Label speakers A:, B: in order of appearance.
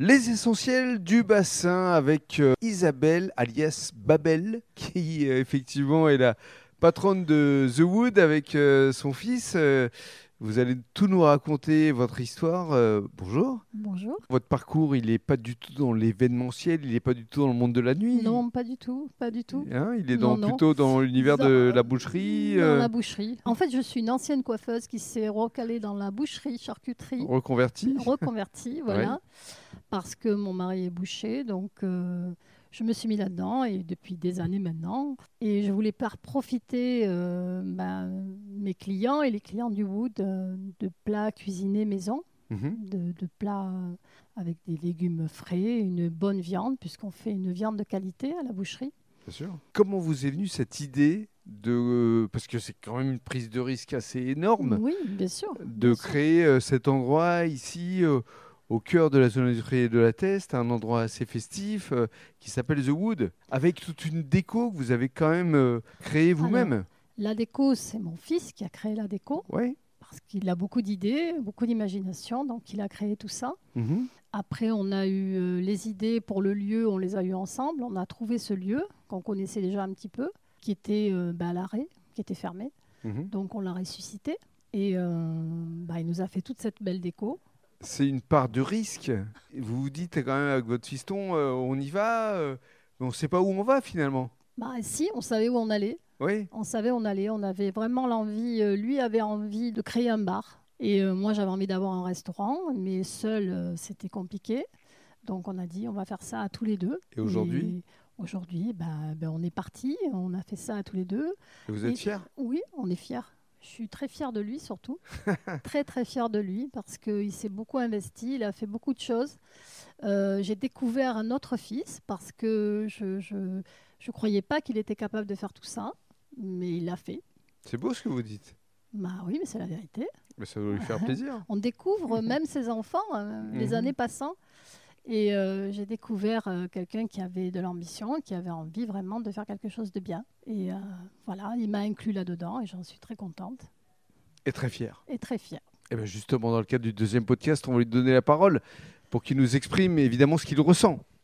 A: Les essentiels du bassin avec euh, Isabelle alias Babel, qui euh, effectivement est la patronne de The Wood avec euh, son fils. Euh, vous allez tout nous raconter votre histoire. Euh, bonjour.
B: Bonjour.
A: Votre parcours, il n'est pas du tout dans l'événementiel, il n'est pas du tout dans le monde de la nuit.
B: Non, pas du tout, pas du tout.
A: Hein, il est dans,
B: Non, non.
A: plutôt dans l'univers
B: Dans-
A: de la boucherie,
B: Dans
A: euh,
B: la boucherie. En fait, je suis une ancienne coiffeuse qui s'est recalée dans la boucherie, charcuterie,
A: reconverti.
B: reconvertie, voilà, parce que mon mari est boucher, donc euh, je me suis mis là-dedans et depuis des années maintenant. Et je voulais faire profiter euh, bah, mes clients et les clients du Wood euh, de plats cuisinés maison.
A: Mhm.
B: de, de plats euh, avec des légumes frais, une bonne viande, puisqu'on fait une viande de qualité à la boucherie.
A: Comment vous est venue cette idée de... euh, Parce que c'est quand même une prise de risque assez énorme.
B: Oui, bien sûr.
A: de
B: bien sûr.
A: créer euh, cet endroit ici euh, au cœur de la zone industrielle de la Teste, un endroit assez festif euh, qui s'appelle The Wood, avec toute une déco que vous avez quand même euh, créée
B: Ah
A: vous-même.
B: La déco, c'est mon fils qui a créé la déco,
A: Oui.
B: parce qu'il a beaucoup d'idées, beaucoup d'imagination, donc il a créé tout ça.
A: Mhm,
B: Après, on a eu euh, les idées pour le lieu, on les a eues ensemble. On a trouvé ce lieu qu'on connaissait déjà un petit peu, qui était euh, bah, à l'arrêt, qui était fermé.
A: mhm.
B: Donc on l'a ressuscité et euh, bah, il nous a fait toute cette belle déco.
A: C'est une part de risque. Vous vous dites quand même avec votre fiston, euh, on y va, euh, mais on ne sait pas où on va finalement.
B: Bah, si, on savait où on allait.
A: Oui.
B: On savait on allait, on avait vraiment l'envie, euh, lui avait envie de créer un bar. Et euh, moi j'avais envie d'avoir un restaurant, mais seul euh, c'était compliqué. Donc on a dit on va faire ça à tous les deux.
A: Et aujourd'hui
B: Et Aujourd'hui, bah, ben, on est parti, on a fait ça à tous les deux.
A: Vous êtes
B: Et-
A: fier
B: Oui, on est fiers. Je suis très fière de lui surtout. très très fière de lui parce qu'il s'est beaucoup investi, il a fait beaucoup de choses. Euh, J'ai découvert un autre fils parce que je ne je, je croyais pas qu'il était capable de faire tout ça, mais il l'a fait.
A: C'est beau ce que vous dites.
B: Bah oui, mais c'est la vérité. Mhm.
A: Mais ça doit lui faire plaisir.
B: On découvre même ses enfants, euh, les
A: Mhm.
B: années passant. Et euh, j'ai découvert euh, quelqu'un qui avait de l'ambition, qui avait envie vraiment de faire quelque chose de bien. Et euh, voilà, il m'a inclus là-dedans et j'en suis très contente
A: Et très fier.
B: et très fière.
A: Eh ben justement, dans le cadre du deuxième podcast, on va lui donner la parole pour qu'il nous exprime évidemment ce qu'il ressent.